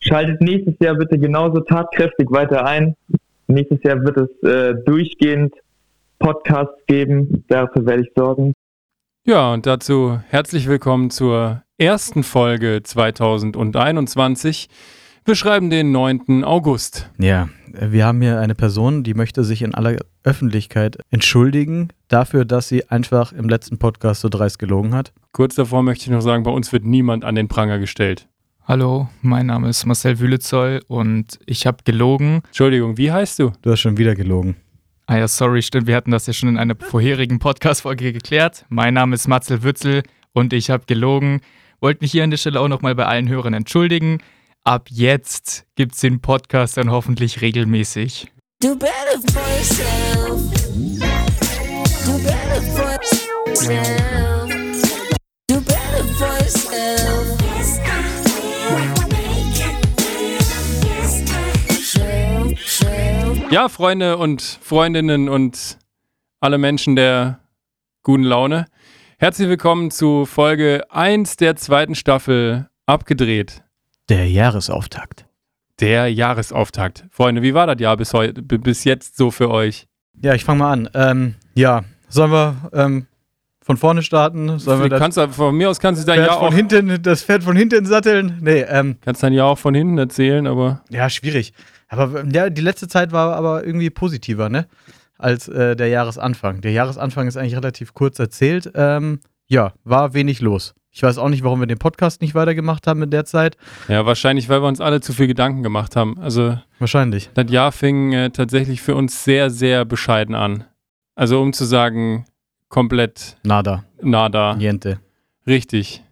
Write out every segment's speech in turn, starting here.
Schaltet nächstes Jahr bitte genauso tatkräftig weiter ein. Nächstes Jahr wird es äh, durchgehend Podcasts geben. Dafür werde ich sorgen. Ja, und dazu herzlich willkommen zur ersten Folge 2021. Wir schreiben den 9. August. Ja, wir haben hier eine Person, die möchte sich in aller Öffentlichkeit entschuldigen dafür, dass sie einfach im letzten Podcast so dreist gelogen hat. Kurz davor möchte ich noch sagen, bei uns wird niemand an den Pranger gestellt. Hallo, mein Name ist Marcel Wühlezoll und ich habe gelogen. Entschuldigung, wie heißt du? Du hast schon wieder gelogen. Ah ja, sorry, stimmt, wir hatten das ja schon in einer vorherigen Podcast-Folge geklärt. Mein Name ist Matzel Wützel und ich habe gelogen. Wollte mich hier an der Stelle auch nochmal bei allen Hörern entschuldigen. Ab jetzt gibt es den Podcast dann hoffentlich regelmäßig. Do better for yourself. Do better for yourself. Do better for yourself. Yes, Ja, Freunde und Freundinnen und alle Menschen der guten Laune. Herzlich willkommen zu Folge 1 der zweiten Staffel Abgedreht. Der Jahresauftakt. Der Jahresauftakt. Freunde, wie war das Jahr bis, heute, bis jetzt so für euch? Ja, ich fange mal an. Ähm, ja, sollen wir ähm, von vorne starten? Sollen wir Du kannst, da- von mir aus kannst du dein Pferd Jahr von auch, hinten, das Pferd von hinten satteln? Nee, ähm, kannst dein Jahr auch von hinten erzählen, aber Ja, schwierig. Aber ähm, ja, die letzte Zeit war aber irgendwie positiver, ne? Als äh, der Jahresanfang. Der Jahresanfang ist eigentlich relativ kurz erzählt. Ähm, ja, war wenig los. Ich weiß auch nicht, warum wir den Podcast nicht weitergemacht haben in der Zeit. ja, wahrscheinlich, weil wir uns alle zu viel Gedanken gemacht haben. Also Wahrscheinlich. Das Jahr fing äh, tatsächlich für uns sehr, sehr bescheiden an. Also um zu sagen, komplett Nada. nada. Niente. Richtig.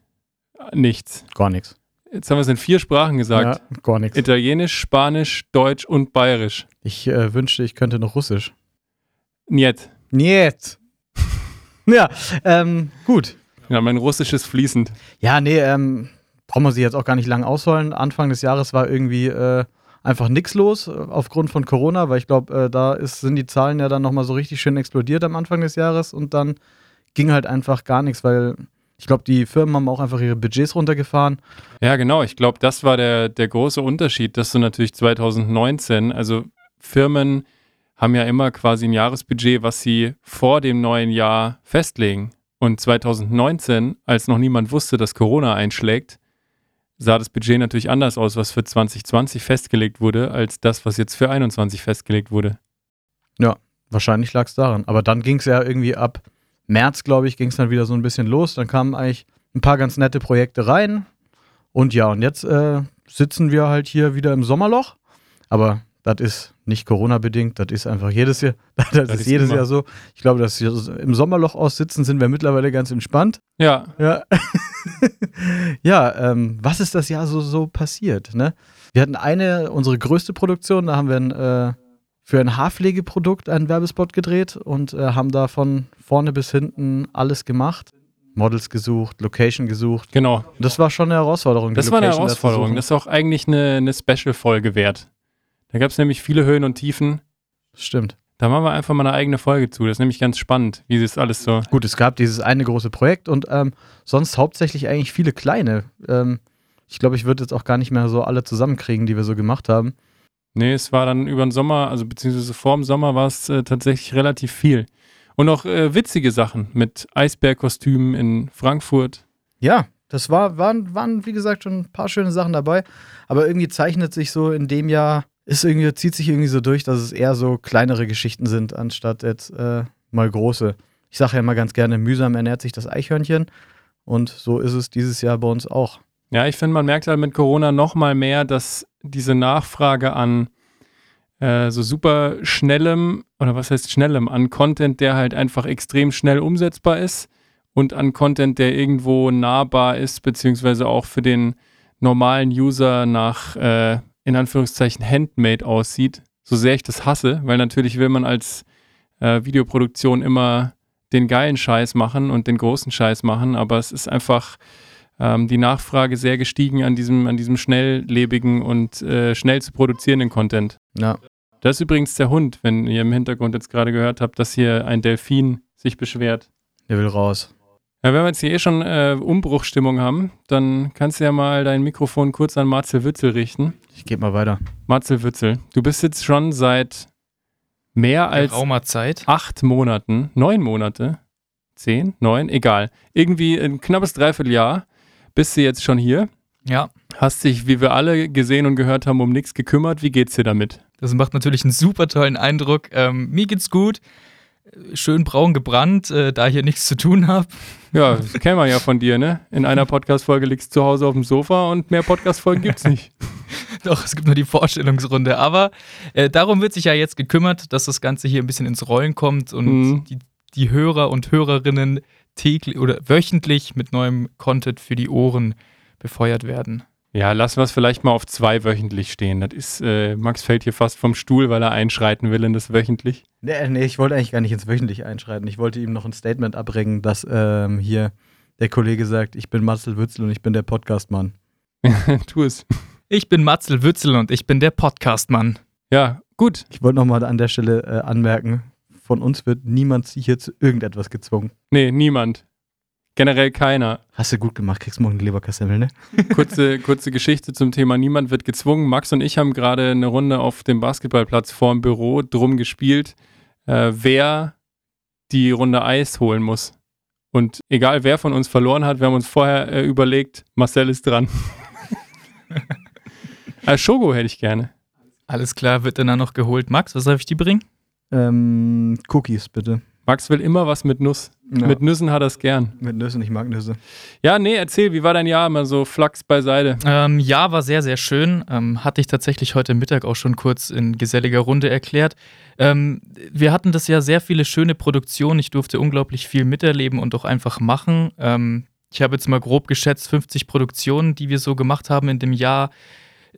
Nichts. Gar nichts. Jetzt haben wir es in vier Sprachen gesagt. Ja, gar nichts. Italienisch, Spanisch, Deutsch und Bayerisch. Ich äh, wünschte, ich könnte noch Russisch. Niet. Niet. ja, ähm, gut. Ja, mein Russisch ist fließend. Ja, nee, ähm, brauchen wir sie jetzt auch gar nicht lang ausholen. Anfang des Jahres war irgendwie äh, einfach nichts los äh, aufgrund von Corona, weil ich glaube, äh, da ist, sind die Zahlen ja dann nochmal so richtig schön explodiert am Anfang des Jahres und dann ging halt einfach gar nichts, weil ich glaube, die Firmen haben auch einfach ihre Budgets runtergefahren. Ja, genau. Ich glaube, das war der, der große Unterschied, dass du natürlich 2019, also Firmen haben ja immer quasi ein Jahresbudget, was sie vor dem neuen Jahr festlegen. Und 2019, als noch niemand wusste, dass Corona einschlägt, sah das Budget natürlich anders aus, was für 2020 festgelegt wurde, als das, was jetzt für 21 festgelegt wurde. Wahrscheinlich lag es daran. Aber dann ging es ja irgendwie ab März, glaube ich, ging es dann wieder so ein bisschen los. Dann kamen eigentlich ein paar ganz nette Projekte rein. Und ja, und jetzt äh, sitzen wir halt hier wieder im Sommerloch. Aber das ist nicht Corona-bedingt, das ist einfach jedes Jahr, das, ist, ist jedes immer. Jahr so. Ich glaube, dass wir so im Sommerloch aussitzen, sind wir mittlerweile ganz entspannt. Ja, Ja, ja ähm, was ist das Jahr so, so passiert? Ne? Wir hatten eine, unsere größte Produktion, da haben wir ein, äh, für ein Haarpflegeprodukt einen Werbespot gedreht und äh, haben da von vorne bis hinten alles gemacht. Models gesucht, Location gesucht. genau. Und Das war schon eine Herausforderung. Um die Das war eine Location da zu Herausforderung. suchen. Das ist auch eigentlich eine, eine Special-Folge wert. Da gab es nämlich viele Höhen und Tiefen. Stimmt. Da machen wir einfach mal eine eigene Folge zu. Das ist nämlich ganz spannend, wie das alles so. Gut, es gab dieses eine große Projekt und ähm, sonst hauptsächlich eigentlich viele kleine. Ähm, ich glaube, ich würde jetzt auch gar nicht mehr so alle zusammenkriegen, die wir so gemacht haben. Nee, es war dann über den Sommer, also beziehungsweise vor dem Sommer war es äh, tatsächlich relativ viel. Und auch äh, witzige Sachen mit Eisbärkostümen in Frankfurt. Ja, das war, waren, waren, wie gesagt, schon ein paar schöne Sachen dabei. Aber irgendwie zeichnet sich so in dem Jahr, ist irgendwie, zieht sich irgendwie so durch, dass es eher so kleinere Geschichten sind, anstatt jetzt äh, mal große. Ich sage ja immer ganz gerne, mühsam ernährt sich das Eichhörnchen. Und so ist es dieses Jahr bei uns auch. Ja, ich finde, man merkt halt mit Corona nochmal mehr, dass diese Nachfrage an äh, so super schnellem, oder was heißt schnellem, an Content, der halt einfach extrem schnell umsetzbar ist und an Content, der irgendwo nahbar ist, beziehungsweise auch für den normalen User nach, äh, in Anführungszeichen, Handmade aussieht, so sehr ich das hasse, weil natürlich will man als äh, Videoproduktion immer den geilen Scheiß machen und den großen Scheiß machen, aber es ist einfach ähm, die Nachfrage sehr gestiegen an diesem, an diesem schnelllebigen und äh, schnell zu produzierenden Content. Ja. Das ist übrigens der Hund, wenn ihr im Hintergrund jetzt gerade gehört habt, dass hier ein Delfin sich beschwert. Der will raus. Ja, wenn wir jetzt hier eh schon äh, Umbruchstimmung haben, dann kannst du ja mal dein Mikrofon kurz an Marcel Witzel richten. Ich gebe mal weiter. Marcel Witzel, du bist jetzt schon seit mehr als Geraumer Zeit. acht Monaten, neun Monate, zehn, neun, egal. Irgendwie ein knappes Dreivierteljahr bist du jetzt schon hier. Ja, Hast dich, wie wir alle gesehen und gehört haben, um nichts gekümmert. Wie geht's dir damit? das macht natürlich einen super tollen Eindruck. Ähm, mir geht's gut. Schön braun gebrannt, äh, da ich hier nichts zu tun habe. Ja, das kennen wir ja von dir, ne? In einer Podcast-Folge liegst du zu Hause auf dem Sofa und mehr Podcast-Folgen gibt's nicht. Doch, es gibt nur die Vorstellungsrunde. Aber äh, darum wird sich ja jetzt gekümmert, dass das Ganze hier ein bisschen ins Rollen kommt und Mhm. die, die Hörer und Hörerinnen täglich oder wöchentlich mit neuem Content für die Ohren befeuert werden. Ja, lassen wir es vielleicht mal auf zwei wöchentlich stehen. Das ist, äh, Max fällt hier fast vom Stuhl, weil er einschreiten will in das wöchentlich. Nee, nee, ich wollte eigentlich gar nicht ins Wöchentlich einschreiten. Ich wollte ihm noch ein Statement abbringen, dass ähm, hier der Kollege sagt, ich bin Marcel Witzel und ich bin der Podcastmann. tu es. Ich bin Matzel Wützel und ich bin der Podcastmann. Ja, gut. Ich wollte nochmal an der Stelle äh, anmerken, von uns wird niemand hier zu irgendetwas gezwungen. Nee, niemand. Generell keiner. Hast du gut gemacht, kriegst morgen die Leberkassemmel, ne? Kurze, kurze Geschichte zum Thema Niemand wird gezwungen. Max und ich haben gerade eine Runde auf dem Basketballplatz vorm Büro drum gespielt, äh, wer die Runde Eis holen muss. Und egal wer von uns verloren hat, wir haben uns vorher äh, überlegt, Marcel ist dran. äh, Shogo hätte ich gerne. Alles klar, wird dann noch geholt. Max, was darf ich dir bringen? Ähm, Cookies, bitte. Max will immer was mit Nuss. Ja. Mit Nüssen hat er es gern. Mit Nüssen, ich mag Nüsse. Ja, nee, erzähl, wie war dein Jahr immer so Flachs beiseite? Ähm, ja, war sehr, sehr schön. Ähm, hatte ich tatsächlich heute Mittag auch schon kurz in geselliger Runde erklärt. Ähm, wir hatten das Jahr sehr viele schöne Produktionen. Ich durfte unglaublich viel miterleben und auch einfach machen. Ähm, ich habe jetzt mal grob geschätzt 50 Produktionen, die wir so gemacht haben in dem Jahr,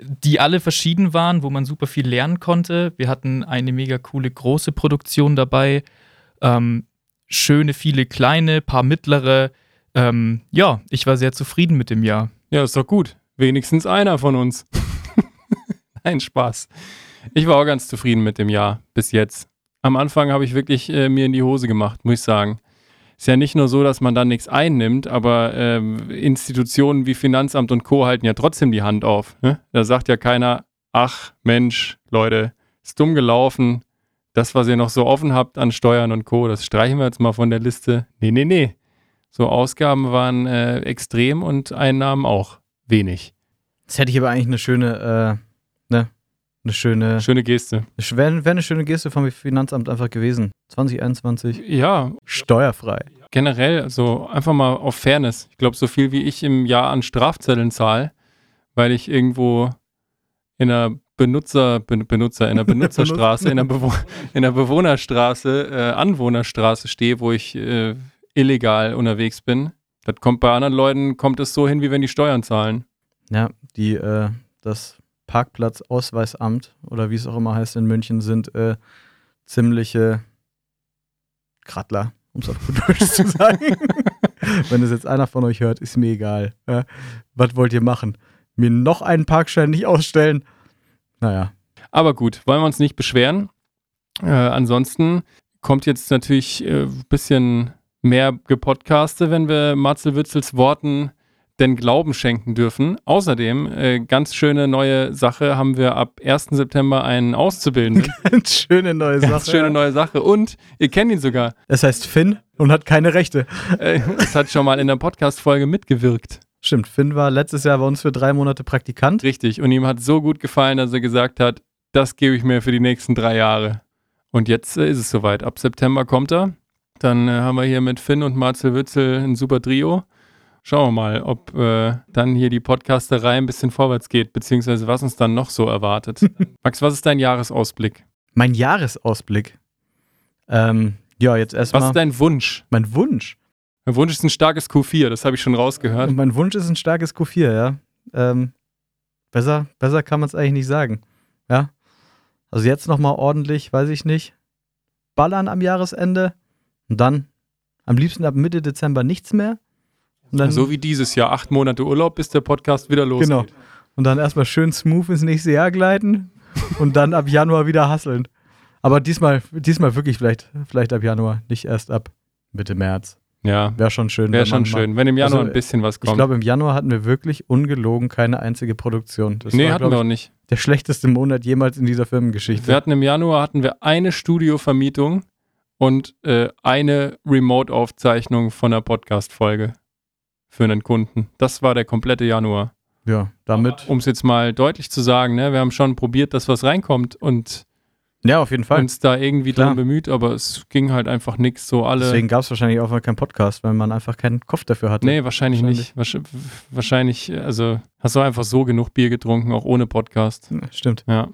die alle verschieden waren, wo man super viel lernen konnte. Wir hatten eine mega coole große Produktion dabei. Ähm, schöne, viele kleine, paar mittlere. Ähm, ja, ich war sehr zufrieden mit dem Jahr. Ja, ist doch gut. Wenigstens einer von uns. Nein, Spaß. Ich war auch ganz zufrieden mit dem Jahr bis jetzt. Am Anfang habe ich wirklich äh, mir in die Hose gemacht, muss ich sagen. Ist ja nicht nur so, dass man dann nichts einnimmt, aber ähm, Institutionen wie Finanzamt und Co. halten ja trotzdem die Hand auf. Ne? Da sagt ja keiner, ach Mensch, Leute, ist dumm gelaufen. Das, was ihr noch so offen habt an Steuern und Co., das streichen wir jetzt mal von der Liste. Nee, nee, nee. So Ausgaben waren äh, extrem und Einnahmen auch wenig. Jetzt hätte ich aber eigentlich eine schöne, äh, ne? Eine schöne. Schöne Geste. Wäre wär eine schöne Geste vom Finanzamt einfach gewesen. 2021. Ja, Steuerfrei. generell, so einfach mal auf Fairness. Ich glaube, so viel wie ich im Jahr an Strafzetteln zahle, weil ich irgendwo in einer Benutzer, Ben- Benutzer, in einer Benutzerstraße, in einer, Bewo in einer Bewohnerstraße, äh, Anwohnerstraße stehe, wo ich äh, illegal unterwegs bin. Das kommt bei anderen Leuten, kommt es so hin, wie wenn die Steuern zahlen. Ja, die, äh, das Parkplatzausweisamt oder wie es auch immer heißt in München sind äh, ziemliche Krattler, um es auf gut Deutsch zu sagen. Wenn es jetzt einer von euch hört, ist mir egal. Ja, was wollt ihr machen? Mir noch einen Parkschein nicht ausstellen? Naja, Aber gut, wollen wir uns nicht beschweren. Äh, ansonsten kommt jetzt natürlich äh, ein bisschen mehr gepodcaste, wenn wir Marcel Witzels Worten denn Glauben schenken dürfen. Außerdem, äh, ganz schöne neue Sache, haben wir ab 1. September einen Auszubildenden. schöne neue Sache. Ganz schöne neue Sache. Und ihr kennt ihn sogar. es heißt Finn und hat keine Rechte. Äh, Es hat schon mal in der Podcast-Folge mitgewirkt. Stimmt, Finn war letztes Jahr bei uns für drei Monate Praktikant. Richtig. Und ihm hat so gut gefallen, dass er gesagt hat, das gebe ich mir für die nächsten drei Jahre. Und jetzt äh, ist es soweit. Ab September kommt er. Dann äh, haben wir hier mit Finn und Marcel Witzel ein super Trio. Schauen wir mal, ob äh, dann hier die Podcasterei ein bisschen vorwärts geht, beziehungsweise was uns dann noch so erwartet. Max, was ist dein Jahresausblick? Mein Jahresausblick. Ähm, ja, jetzt Was erstmal ist dein Wunsch? mein Wunsch. Mein Wunsch ist ein starkes Q4, das habe ich schon rausgehört. Und mein Wunsch ist ein starkes Q4, ja. Ähm, besser, besser kann man es eigentlich nicht sagen. Ja. Also jetzt nochmal ordentlich, weiß ich nicht, ballern am Jahresende und dann am liebsten ab Mitte Dezember nichts mehr. Und dann, So Also wie dieses Jahr, acht Monate Urlaub, bis der Podcast wieder losgeht. genau. Und dann erstmal schön smooth ins nächste Jahr gleiten und dann ab Januar wieder hasseln. Aber diesmal, diesmal wirklich vielleicht, vielleicht ab Januar, nicht erst ab Mitte März. Ja, Wäre schon schön. wäre wenn man schon mal- schön, wenn im Januar Also, ein bisschen was Ich kommt. glaube, im Januar hatten wir wirklich ungelogen keine einzige Produktion. Das nee, war, hatten glaub wir ich, auch nicht. der schlechteste Monat jemals in dieser Firmengeschichte. Wir hatten im Januar hatten wir eine Studiovermietung und äh, eine Remote-Aufzeichnung von einer Podcast-Folge für einen Kunden. Das war der komplette Januar. ja, damit. Um es jetzt mal deutlich zu sagen, ne, wir haben schon probiert, dass was reinkommt und Ja, auf jeden Fall. uns da irgendwie Klar. dran bemüht, aber es ging halt einfach nichts. So alle. Deswegen gab es wahrscheinlich auch mal keinen Podcast, weil man einfach keinen Kopf dafür hatte. nee, wahrscheinlich, Wahrscheinlich. nicht. Wahrsch- Wahrscheinlich, also hast du einfach so genug Bier getrunken, auch ohne Podcast. Stimmt. Ja.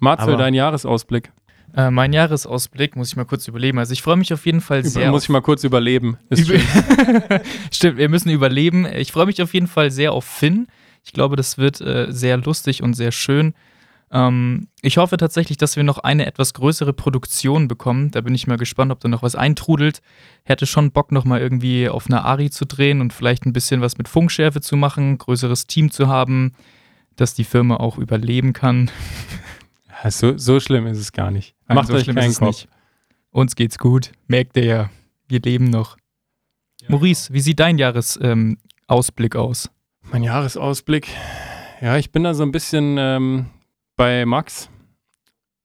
Marcel, Aber- dein Jahresausblick. Äh, mein Jahresausblick muss ich mal kurz überleben. Also ich freue mich auf jeden Fall sehr. Über, muss ich mal kurz überleben. Ist schön. Über Stimmt, wir müssen überleben. Ich freue mich auf jeden Fall sehr auf Finn. Ich glaube, das wird äh, sehr lustig und sehr schön. Ähm, ich hoffe tatsächlich, dass wir noch eine etwas größere Produktion bekommen. Da bin ich mal gespannt, ob da noch was eintrudelt. Hätte schon Bock, nochmal irgendwie auf eine Ari zu drehen und vielleicht ein bisschen was mit Funkschärfe zu machen, größeres Team zu haben, dass die Firma auch überleben kann. Ja, So, so schlimm ist es gar nicht. Macht so euch schlimm keinen ist es Kopf. nicht. Uns geht's gut. Merkt ihr ja. Wir leben noch. Maurice, wie sieht dein Jahresausblick ähm, Ausblick aus? Mein Jahresausblick. Ja, ich bin da so ein bisschen ähm, bei Max.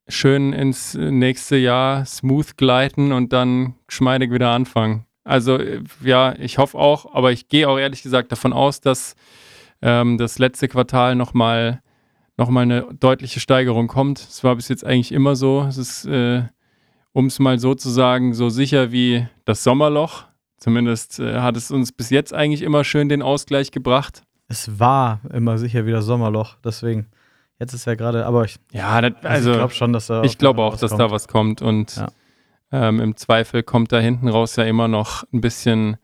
Schön ins nächste Jahr smooth gleiten und dann geschmeidig wieder anfangen. Also äh, ja, ich hoffe auch, aber ich gehe auch ehrlich gesagt davon aus, dass ähm, das letzte Quartal nochmal noch mal eine deutliche Steigerung kommt. Es war bis jetzt eigentlich immer so. Es ist, äh, um es mal so zu sagen, so sicher wie das Sommerloch. Zumindest äh, hat es uns bis jetzt eigentlich immer schön den Ausgleich gebracht. Es war immer sicher wieder Sommerloch, deswegen. Jetzt ist ja gerade, aber ich, Ja, das, also also ich glaube schon, dass da. auf jeden Fall auch, was dass kommt. da was kommt und Ja. ähm, im Zweifel kommt da hinten raus ja immer noch ein bisschen, ein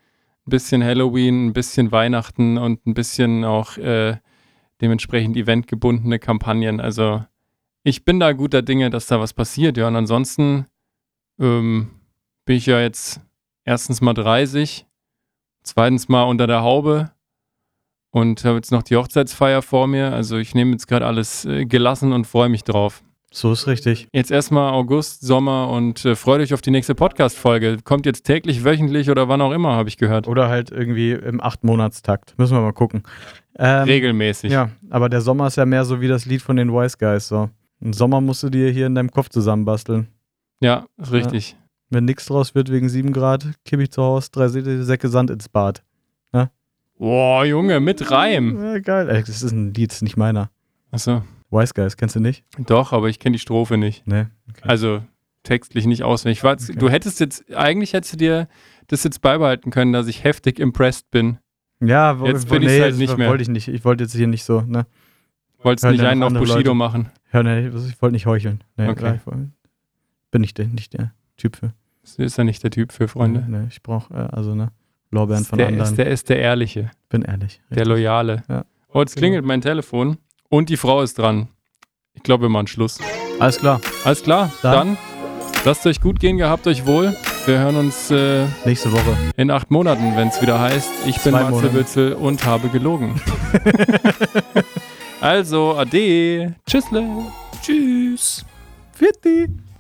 bisschen Halloween, ein bisschen Weihnachten und ein bisschen auch äh, dementsprechend eventgebundene Kampagnen. Also ich bin da guter Dinge, dass da was passiert. Ja, und ansonsten ähm, bin ich ja jetzt erstens mal 30, zweitens mal unter der Haube und habe jetzt noch die Hochzeitsfeier vor mir. Also ich nehme jetzt gerade alles äh, gelassen und freue mich drauf. So ist richtig. Jetzt erstmal August, Sommer und äh, freut euch auf die nächste Podcast-Folge. Kommt jetzt täglich, wöchentlich oder wann auch immer, habe ich gehört. Oder halt irgendwie im Acht-Monatstakt. Müssen wir mal gucken. Ähm, Regelmäßig. Ja, aber der Sommer ist ja mehr so wie das Lied von den Wise Guys. So. Im Sommer musst du dir hier in deinem Kopf zusammenbasteln. Ja, ist richtig. Wenn nichts draus wird wegen 7 Grad, kipp ich zu Hause drei Se- Säcke Sand ins Bad. Boah, Junge, mit Reim. Ja, geil. Ey, Das ist ein Lied, ist nicht meiner. Achso, Wise Guys, kennst du nicht? doch, aber ich kenne die Strophe nicht. Nee. Also textlich nicht auswendig. Ich war jetzt- Okay. Du hättest jetzt, eigentlich hättest du dir das jetzt beibehalten können, dass ich heftig impressed bin. Ja, wo- Jetzt wo- bin ich's halt das nicht mehr. Wollte ich nicht. Ich wollte jetzt hier nicht so, ne? Wolltest Hören nicht ja noch einen auf andere Bushido Leute. machen. Ja, ne, ich wollte nicht heucheln. Nee, Okay. ja, ich wollte- bin ich der, nicht der Typ für. Das ist ja nicht der Typ für Freunde. Nee, ich brauche, äh, also, ne? Lorbeeren Ist von der, anderen. ist, der, ist der Ehrliche. bin ehrlich. Der Loyale. Ja. Oh, jetzt klingelt mein Telefon und die Frau ist dran. Ich glaube, wir machen Schluss. Alles klar. Alles klar, Dann- dann, lasst euch gut gehen, gehabt euch wohl. Wir hören uns äh, Nächste Woche. in acht Monaten, wenn es wieder heißt. Ich bin Zwei Marcel Monate. Witzel und habe gelogen. also, ade. Tschüssle. Tschüss. Fitti.